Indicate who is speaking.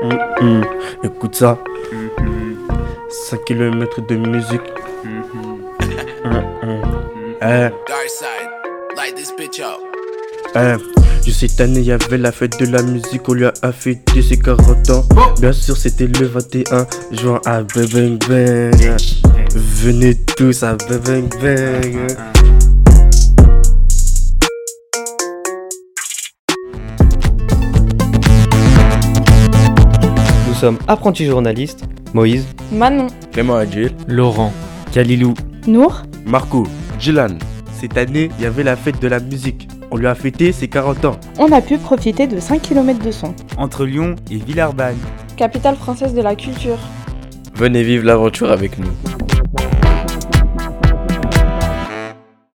Speaker 1: hum, hum. Écoute ça. 5 km de musique. Hum, hum. Eh,
Speaker 2: Dark side, light this bitch up.
Speaker 1: eh. Je sais, cette année, y avait la fête de la musique, on lui a affecté ses 40 ans. Bien sûr, c'était le 21 juin à Bang Bang. Venez tous à Bang Bang.
Speaker 3: Nous sommes apprentis journalistes, Moïse,
Speaker 4: Manon,
Speaker 1: Clément Adjil,
Speaker 5: Laurent,
Speaker 3: Kalilou,
Speaker 4: Nour,
Speaker 1: Marco, Jilan. Cette année, il y avait la fête de la musique. On lui a fêté ses 40 ans.
Speaker 4: on a pu profiter de 5 km de son.
Speaker 6: entre Lyon et Villeurbanne.
Speaker 4: Capitale française de la culture.
Speaker 1: Venez vivre l'aventure avec nous.